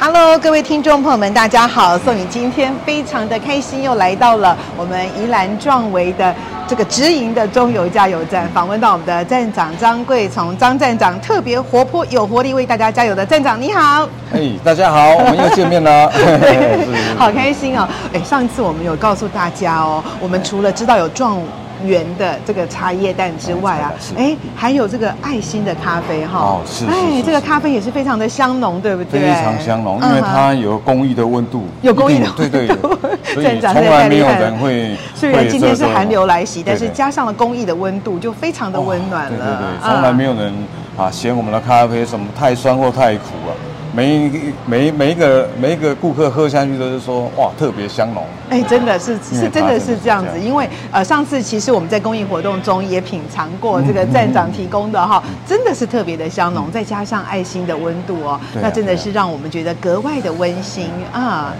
Hello，各位听众朋友们，大家好！宋宇今天非常的开心，又来到了我们宜兰壮维的这个直营的中油加油站，访问到我们的站长张贵从张站长，特别活泼有活力，为大家加油的站长，你 好！哎、大家好，我们又见面 了，哎是是是好开心哦！哎，上一次我们有告诉大家哦，我们除了知道有状元的这个茶叶蛋之外啊，哎，还有这个爱心的咖啡哈、哦是是哎是，这个咖啡也是非常的香浓，对不对？非常香浓，因为嗯哼它有工艺的温度，有工艺的一定 对对，温度所站以长从真的太来没厉有害了人会虽然会今天是这种寒流来袭，但是对对加上了工艺的温度，就非常的温暖了。嗯对对对，从来没有。有人啊嫌我们的咖啡什么太酸或太苦啊。每一个每一每一个每一个顾客喝下去都是说哇特别香浓，哎，真的是因为它是真的真的是是这样这子，样因为呃上次其实我们在公益活动中也品尝过这个嗯站长提供的哈，真的是特别的香浓，再加上爱心的温度哦，对啊那真的是让我们觉得格外的温馨啊。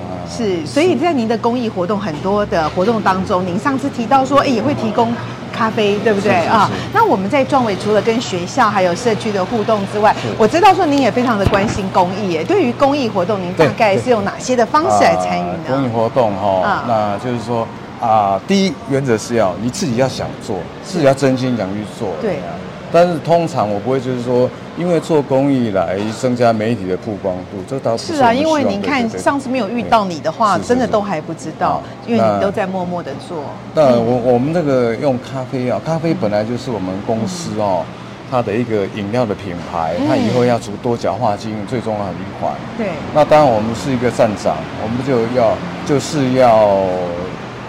啊是，所以在您的公益活动很多的活动当中，您上次提到说，哎，也会提供咖啡，对不对是是啊是？那我们在壮伟除了跟学校还有社区的互动之外是，我知道说您也非常的关心公益耶。对于公益活动，您大对啊概对是用哪些的方式来参与呃公益呢？活动哈、啊那就是说啊、第一原则是要你自己要想做，自己要真心想去做。对啊但是通常我不会就是说，因为做公益来增加媒体的曝光度，这倒不是我啊，们因为希望您对看对对上次没有遇到你的话，是是真的是都还不知道啊，因为你那都在嗯默默的做。那我我们那个用咖啡啊，咖啡嗯本来就是我们公司哦，它的一个饮料的品牌，嗯它以后要足多角化经营，最重要的一环。对，那当然，我们是一个站长，我们就要就是要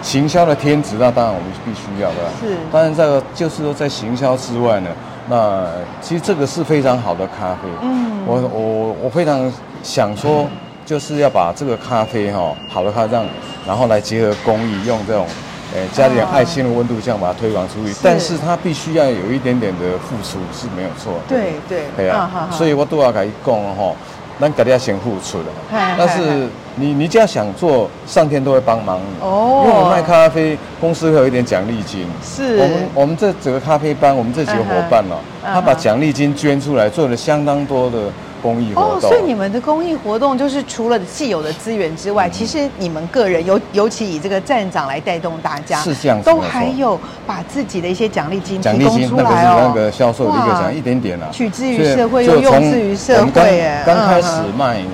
行销的天职，那当然我们是必须要的。是当然这个就是说在行销之外呢，那其实这个是非常好的咖啡。嗯我我我非常想说，就是要把这个咖啡哈、好的咖啡让，然后来结合公益，用这种。呃，加点啊爱心的温度，这样把它推广出去。是但是它必须要有一点点的付出是没有错的。对对对啊哈啊哈，所以我都要甲伊讲吼，咱家己要先付出的嗨嗨。但嗨是你你只要想做，上天都会帮忙你。哦因为我卖咖啡，公司会有一点奖励金。是我们我们这整个咖啡班，我们这几个伙伴哦，嗯哼他嗯把哼奖励金捐出来，做了相当多的公益活哦，动。所以你们的公益活动就是除了既有的资源之嗯外，其实你们个人尤尤其以这个站长来带动大家，是这样子都没错还有把自己的一些奖励金奖提励供金出那个是来哦。那个销售的一个哇奖一点点啦、取之于所以社会就又用从之于社会我们刚耶刚开嗯始哼卖嗯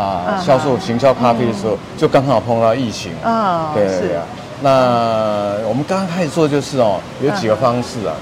啊哼销售行销咖啡的时候，就刚好碰到疫情。嗯对是啊。那我们刚刚开始做就是哦，有嗯几个方式啊。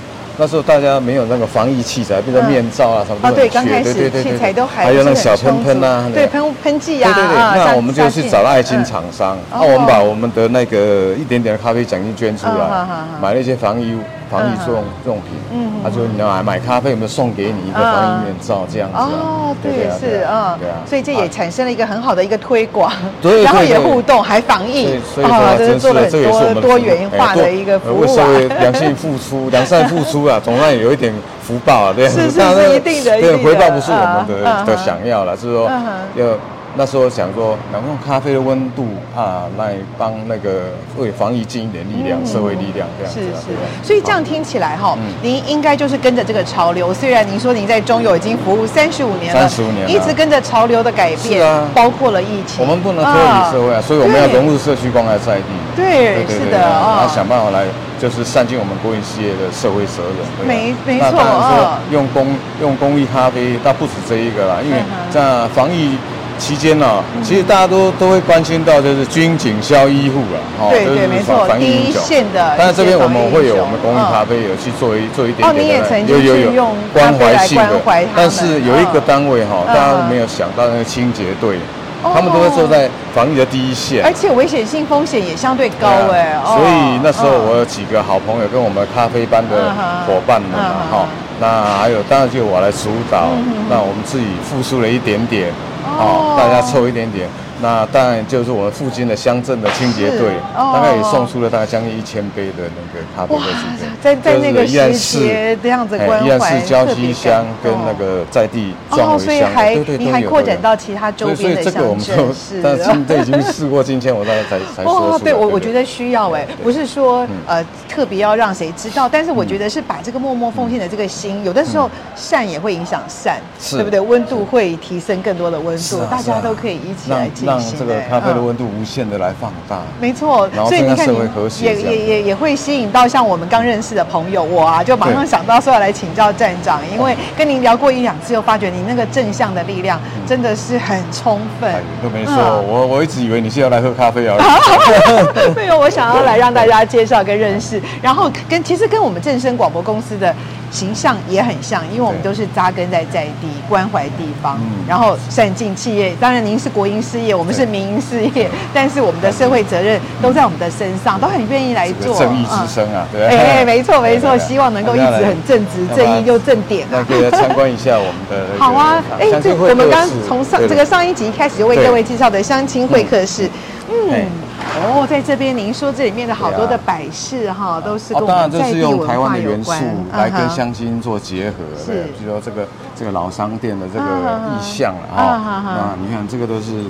那时候大家没有那个防疫器材，比如说嗯面罩啊什么都哦，很对，刚缺开始对对对对器材都还还有那不个是小喷很喷充啊足，那对，个喷喷剂对啊，对对，啊那杀我们就杀去菌找了爱心嗯厂商，那、哦我们把我们的那个一点点的咖啡奖金捐出来，嗯好好好买了一些防疫防疫用用品，嗯嗯他就你要买买咖啡有没有送给你一个嗯防疫面罩这样子、啊？哦，对对，啊是对啊嗯对啊，，所以这也啊产生了一个很好的一个推广，对然后对也对互动，还防疫对，所以说这嗯啊是真做是了的，这很也是我们多的多元化哎多的一个呃服为务社啊。会良性付出、 良善付出啊，总要有一点福报啊，对，是是是但一定的一对，定回报的不是我们啊啊的的想要了，是说嗯哼要那时候想说，能用咖啡的温度啊，来帮那个为防疫尽一点力量，社会力量这样子嗯是啊。是对啊，所以这样听起来哈嗯，您应该就是跟着这个潮流。虽然您说您在中友已经服务三十五年了， 35年了一直跟着潮流的改是变啊，包括了疫情，我们不能脱离社会啊，所以我们要融入社区关怀在地。对，是的然啊后，想办法来就是善尽我们公益事业的社会责任。对啊没没那错当然说嗯用公用公益咖啡，它不止这一个啦，因为嗯哼嗯在防疫期间呢、其实大家都都会关心到就是军警消医护了，哦对这对是没错防疫英雄第一线的但是这边一些我防疫们会有英雄我们公益咖啡有去做一做一点哦点的那，你也曾经有有去有用咖关啡怀来性的关怀他们，但是有一个嗯单位哈，嗯哦大家没有想到那个清洁队，他们都会坐在防疫的第一线而。且危险性风险也相对高对哎啊。哦所以那时候嗯我有几个好朋友跟我们咖啡班的伙伴们嗯嗯啊哼，哈、嗯那还有当然就我来主导，那我们自己付出了一点点，哦，大家凑一点点。那当然就是我们附近的乡镇的清洁队是，哦大概也送出了大概将近一千杯的那个咖啡哇在这边，，在在那这个是宜兰时市节这样子哎关宜兰怀，市郊特区别感乡跟动那个在地壮哦，围所以乡，还对对都你还有扩都有展到其他所周以所边的以这乡个我们镇都，是，啊 但今天已经试过，今天我大概才才说哦出，来。对我对我觉得需要哎对，嗯对不是说呃特别要让谁知道，但是我觉得是把这个默默奉献的这个心，有的时候善也会影响善，嗯是对不对？温度会提升更多的温是度啊，大是啊家都可以一起让来进让行这个哎咖啡的嗯温度无限的来放大。没错，然后所以增你加看，社你会和谐也这样也也也会吸引到像我们刚认识的朋友，我啊就马上对想到说要来请教站长，因为跟您聊过一两次，又发觉您那个正向的力量真的是很充嗯分哎。， 都没说，嗯我我一直以为你是要来喝咖啡而已。对哦，我想要来让大家介绍跟认识，然后跟其实跟我们正声广播公司的形象也很像，因为我们对都是扎根在在地，关怀地方，嗯然后善尽企业。当然，您是国营事业，我们是对民营事业，但是我们的社会责任都在我们的身上，都很愿意来这个做。正义之嗯声啊，对不对 哎、没错对没错，对对希望能够一直很正直、要不然正义又正点那啊。可以来参观一下我们的那个好啊，哎、相这亲会我们客刚室从上对这个上一集开始就为对各位介绍的相亲会客室，哎嗯，哦，在这边您说这里面的好多的摆饰哈，都是跟啊哦，我当然们这在是地用文台湾化的有元素关，来跟嗯哼香精做结合，是对，比如说这个这个老商店的这个嗯哼意象了嗯哼哼哈，那你看这个都是。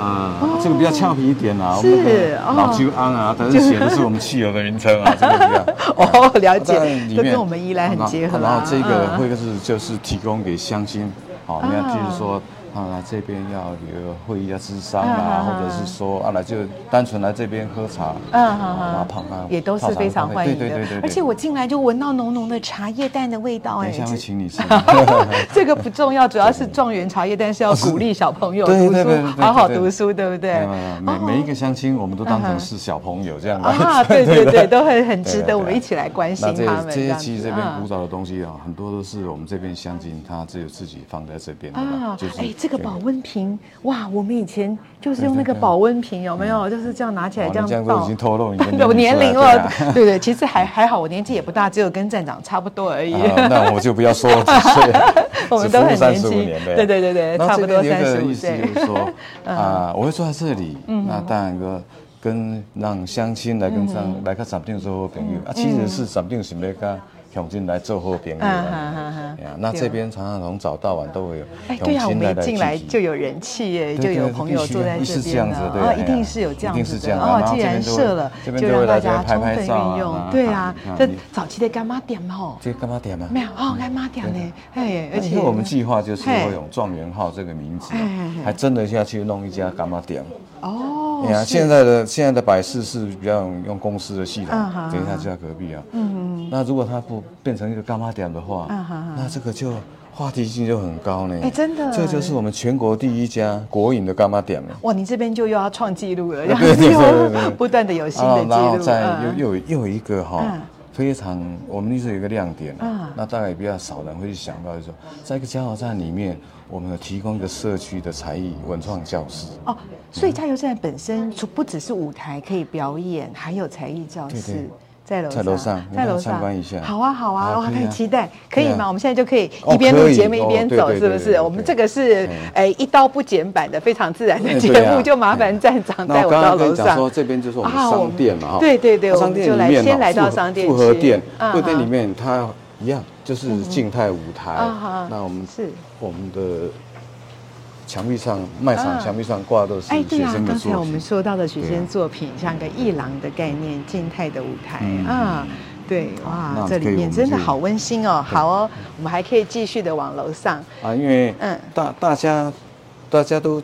啊、这个比较俏皮一点啊，我哦是们的哦老酒安啊，但是写的是我们汽油的名称 啊，这个不一样。 哦，了解在里，都面跟我们宜兰很结合然后啊。这个嗯会就是就是提供给乡亲，好，你看啊就是说。啊，来这边要有会议要智商啊啊，啊啊或者是说啊，来就单纯来这边喝茶，嗯啊哼然后哼泡咖也都是泡茶非常咖啡欢迎的，对对对对对。而且我进来就闻到浓浓的茶叶蛋的味道，等哎一，下这会请 你吃。这个不重要，主要是状元茶叶蛋是要鼓励小朋友对读对对书对，对 好好对读书，对不对哦没有没有？每每一个相亲，我们都当成是小朋友这样来 啊，对对对，都很很值对对得我们一起来关心那这他们。这些样其实子这边嗯古早的东西啊，很多都是我们这边乡亲他只有自己放在这边的啦啊，，哎，这个对保温瓶哇，我们以前就是用对那个对嗯保温瓶，有没有？就是这样拿起来哇这样那这样倒都已经透露你的 有年年龄龄出来了对啊，对对，其实还还好，我年纪也不大，只有跟站长差 不多而已。啊，那我就不要说了，只是 我们都很三年十五轻年对对对对那差这不边有多一个35意思岁嗯就是 说啊，我会坐在这里，那当然个。跟让乡亲来跟上来个长定做好朋友啊，其实是长定是要跟乡亲来做好朋友嗯嗯哼哼啊哼。哎呀那这边常常从早到晚都会有哎，对呀，我们一进来聚集就有人气耶，对就对有对朋友必须坐在必须这是边样子啊对，哎呀一定是有这样一定子是的这样的。哦然。后既这边然都会设了，这就边都让会大来这边家拍充拍分照运用啊。。对啊你，看这你早期的干妈点哦，这干嘛点啊？没有哦，干妈点呢，哎，而而且且我们计划就是嘿会用状元号这个名字嘿嘿嘿，还真的下去弄一家干妈店。哦哎，呀，是现在的现在的摆饰是比较用用公司的系统嗯好，等一下就在隔壁啊。嗯嗯。那如果它不变成一个干妈点的话嗯好好，那这个就话题性就很高呢。哎真的这就是我们全国第一家国营的干妈店了。哇，你这边就又要创纪录了， 对然对对对后对又不断的有新然的后记啊然后录，再嗯又又有又有一个哈、嗯非常我们那时候有一个亮点、啊嗯那大概也比较少人会去想到，就是说在一个加油站里面，我们有提供一个社区的才艺文创教室。哦，所以加油站本身除不只是舞台可以表演，还有才艺教对室对。在楼上，在楼上你要参观一下好啊，好啊，好哇，可以啊太期待，可以对吗？啊我们现在就可以哦一边录可以节目一哦边对走，对是不对是？对我们对这个是嗯哎一刀不剪版的，非常自然的哎节对啊目，就麻烦哎站长那啊带我我刚到刚跟楼你讲说，上。这边就是我们啊我商们店嘛，哈对对对那我商们店就里来面先哦来到复合商店复合去店啊，复合店哈里面它一样就是静态舞台啊哈。那我们是我们的墙壁上卖场啊墙壁上挂的都是哎，对学啊生，的刚作才我们品。说到的学对生啊作品，像个艺廊的概念，静态的舞台嗯啊。对，哇，那这里可以我面们真的就好温馨哦。好哦，我们还可以继续的往楼上。啊，因为嗯大大家大家都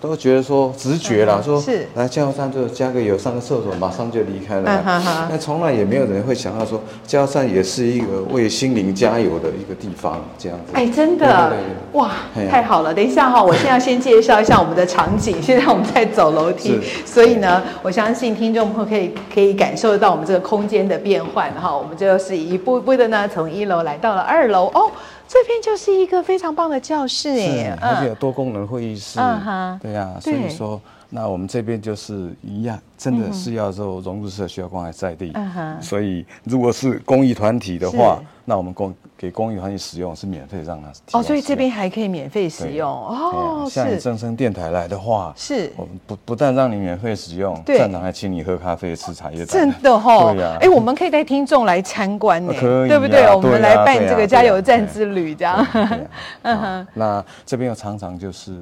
都觉得说直觉啦，嗯哼说是来加油站就加个油，上个厕所马上就离开了嗯哼哼啊。但从来也没有人会想到说加油站也是一个为心灵加油的一个地方，这样子。哎，真的对对对对哇嘿，太好了！等一 下哈、我现在要先介绍一下我们的场景。现在我们在走楼梯，是所以呢，我相信听众朋友可以可以感受到我们这个空间的变换哈、我们就是一步一步的呢，从一楼来到了二楼哦，这边就是一个非常棒的教室是哎，而且有多功能会议室嗯哼，对呀，所以对说那我们这边就是一样，真的是要做融入社区，要关怀在地。嗯哼所以，如果是公益团体的话是，那我们公给公益团体使用是免费让它提哦，供所以这使用边还可以免费使对用哎呀哦，像你是正声电台来的话，是我们不不但让你免费使用，对站长还请你喝咖啡、吃茶叶蛋。真的哦对呀，哎，我们可以带听众来参观呢啊，可以对不呀对？我对们呀来办对呀这个对加呀油站对之旅，这样对。对嗯啊那这边又常常就是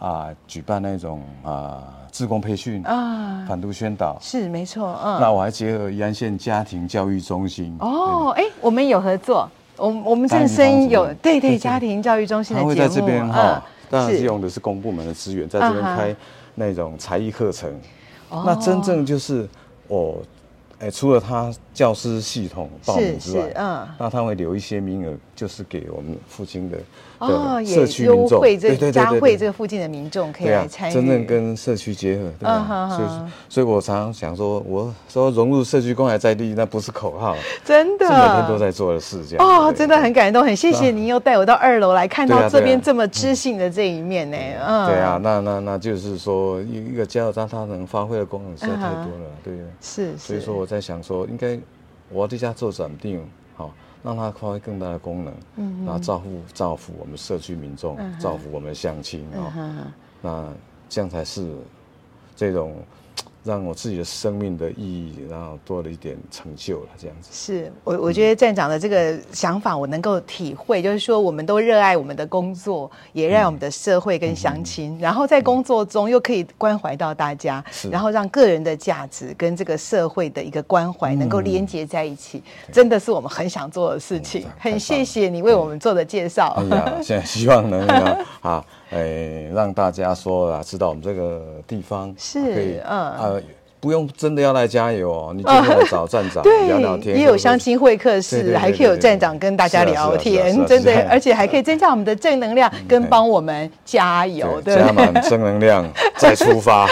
啊，举办那种啊志工培训 啊啊、反毒宣导。是没错，嗯。那我还结合宜安县家庭教育中心嗯哦，哎，我们有合作，我们我们家正庭帮声助有对对对家庭教育中心他的会在节目，嗯这边哈，当然是是用的是公部门的资源，在这边啊哈开那种才艺课程。哦那真正就是我，哎，除了他教师系统报名是之是外，嗯。那他会留一些名额，就是给我们附近的哦，的也社区民优众，惠这对嘉惠对这个附近的民众可以对啊来参与，真正跟社区结合，对嗯哼啊，哼所以所以我常常想说，我说融入社区关怀在地，那不是口号，是真的每天都在做的事，这样啊哦，对真的对啊很感动，很谢谢您又带我到二楼来看对啊到这对啊边这么知性的这一面呢，嗯，对啊，，那那那就是说，一一个加油站它能发挥的功能实在太嗯多哼了，对不对。是是，所以说我在想说，应该我要对它做转定，好、让它发挥更大的功能，嗯，然后造福造福我们社区民众，造福我们乡亲啊、哦嗯，那这样才是这种让我自己的生命的意义，然后多了一点成就了，这样子。是我，嗯我觉得站长的这个想法我能够体会，就是说我们都热爱我们的工作，也热爱嗯我们的社会跟乡亲，然后在工作中又可以关怀到大家，是然后让个人的价值跟这个社会的一个关怀能够连接在一起，真的是我们很想做的事情嗯。太很棒谢了谢你为我们做的介绍。哎呀，现在希望能 啊，哎，让大家说啊啦，知道我们这个地方是可以，嗯呃，不用真的要来加油哦，你就可以来找站长对，聊聊天，也或有者相说亲会客对对室，对还可以有对对站长跟大家是啊是啊聊是天，啊真的是啊，嗯而且还可以增加我们的正能量，跟对帮我们加油，对对不加对？满正能量 再出发。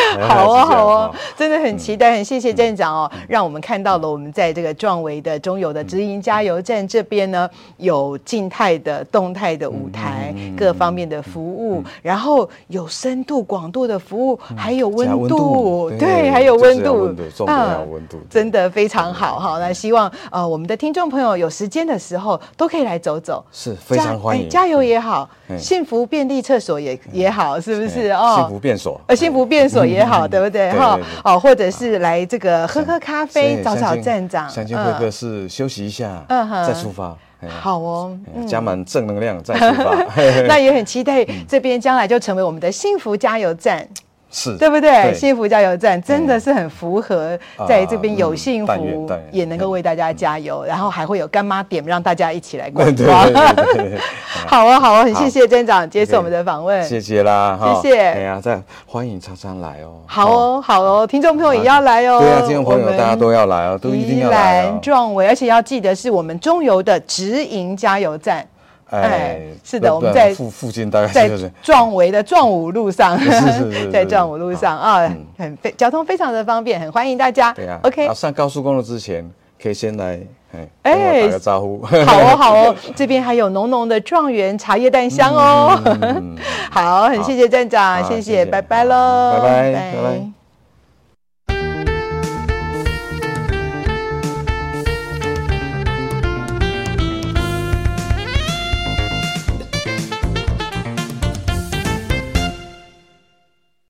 是这好哦，样好哦啊，真的很期待，很谢谢站长哦，嗯让我们看到了我们在这个壮维的中友的直营加油站这边呢，有静态的、动态的舞台，嗯各方面的服务，然后有深度、广度的服务，还有温嗯加温度度，对，对还有就温是要度温度，重点要有温度对嗯真的非常好哈。那希望呃我们的听众朋友有时间的时候都可以来走走，是非加常欢哎迎。加油也好，嗯幸福便利厕所也也好，是不哎是哦？幸福便所，呃，幸福便所也好，对不对对？对哈对，哦，或者是来这个喝喝咖啡，是找找相亲站长，相亲嗯会客室休息一下，嗯哼再出发。哎呀，好嗯哦。哎呀加满正能量再出发。嘿 嘿那也很期待这边将来就成为我们的幸福加油站，是，对不对？幸福加油站真的是很符合在这边有幸啊嗯但愿福但，愿也能够为大家加油，然后还会有干妈点让大家一起来 对观对光。对对对对。好哦，好哦，很谢好谢站长接受 OK 我们的访问，谢谢啦，哈谢谢哎呀，再欢迎常常来哦。好哦，好哦，听众朋友也要来哦，哦，对啊，听众朋友我们大家都要来哦，都一定要来宜哦兰。壮围，而且要记得是我们中油的直营加油站，哎是的那我们不然在附附近大概在哎就是壮围的壮武路上，是是是 在是壮武路上啊，很非交通非常的方便，很欢迎大家。对啊。 OK，啊上高速公路之前可以先来，哎，哎跟我打个招呼。好 哦，好哦，这边还有浓浓的状元茶叶蛋香哦。好，很谢谢站长，嗯好谢谢谢拜拜喽，拜拜拜拜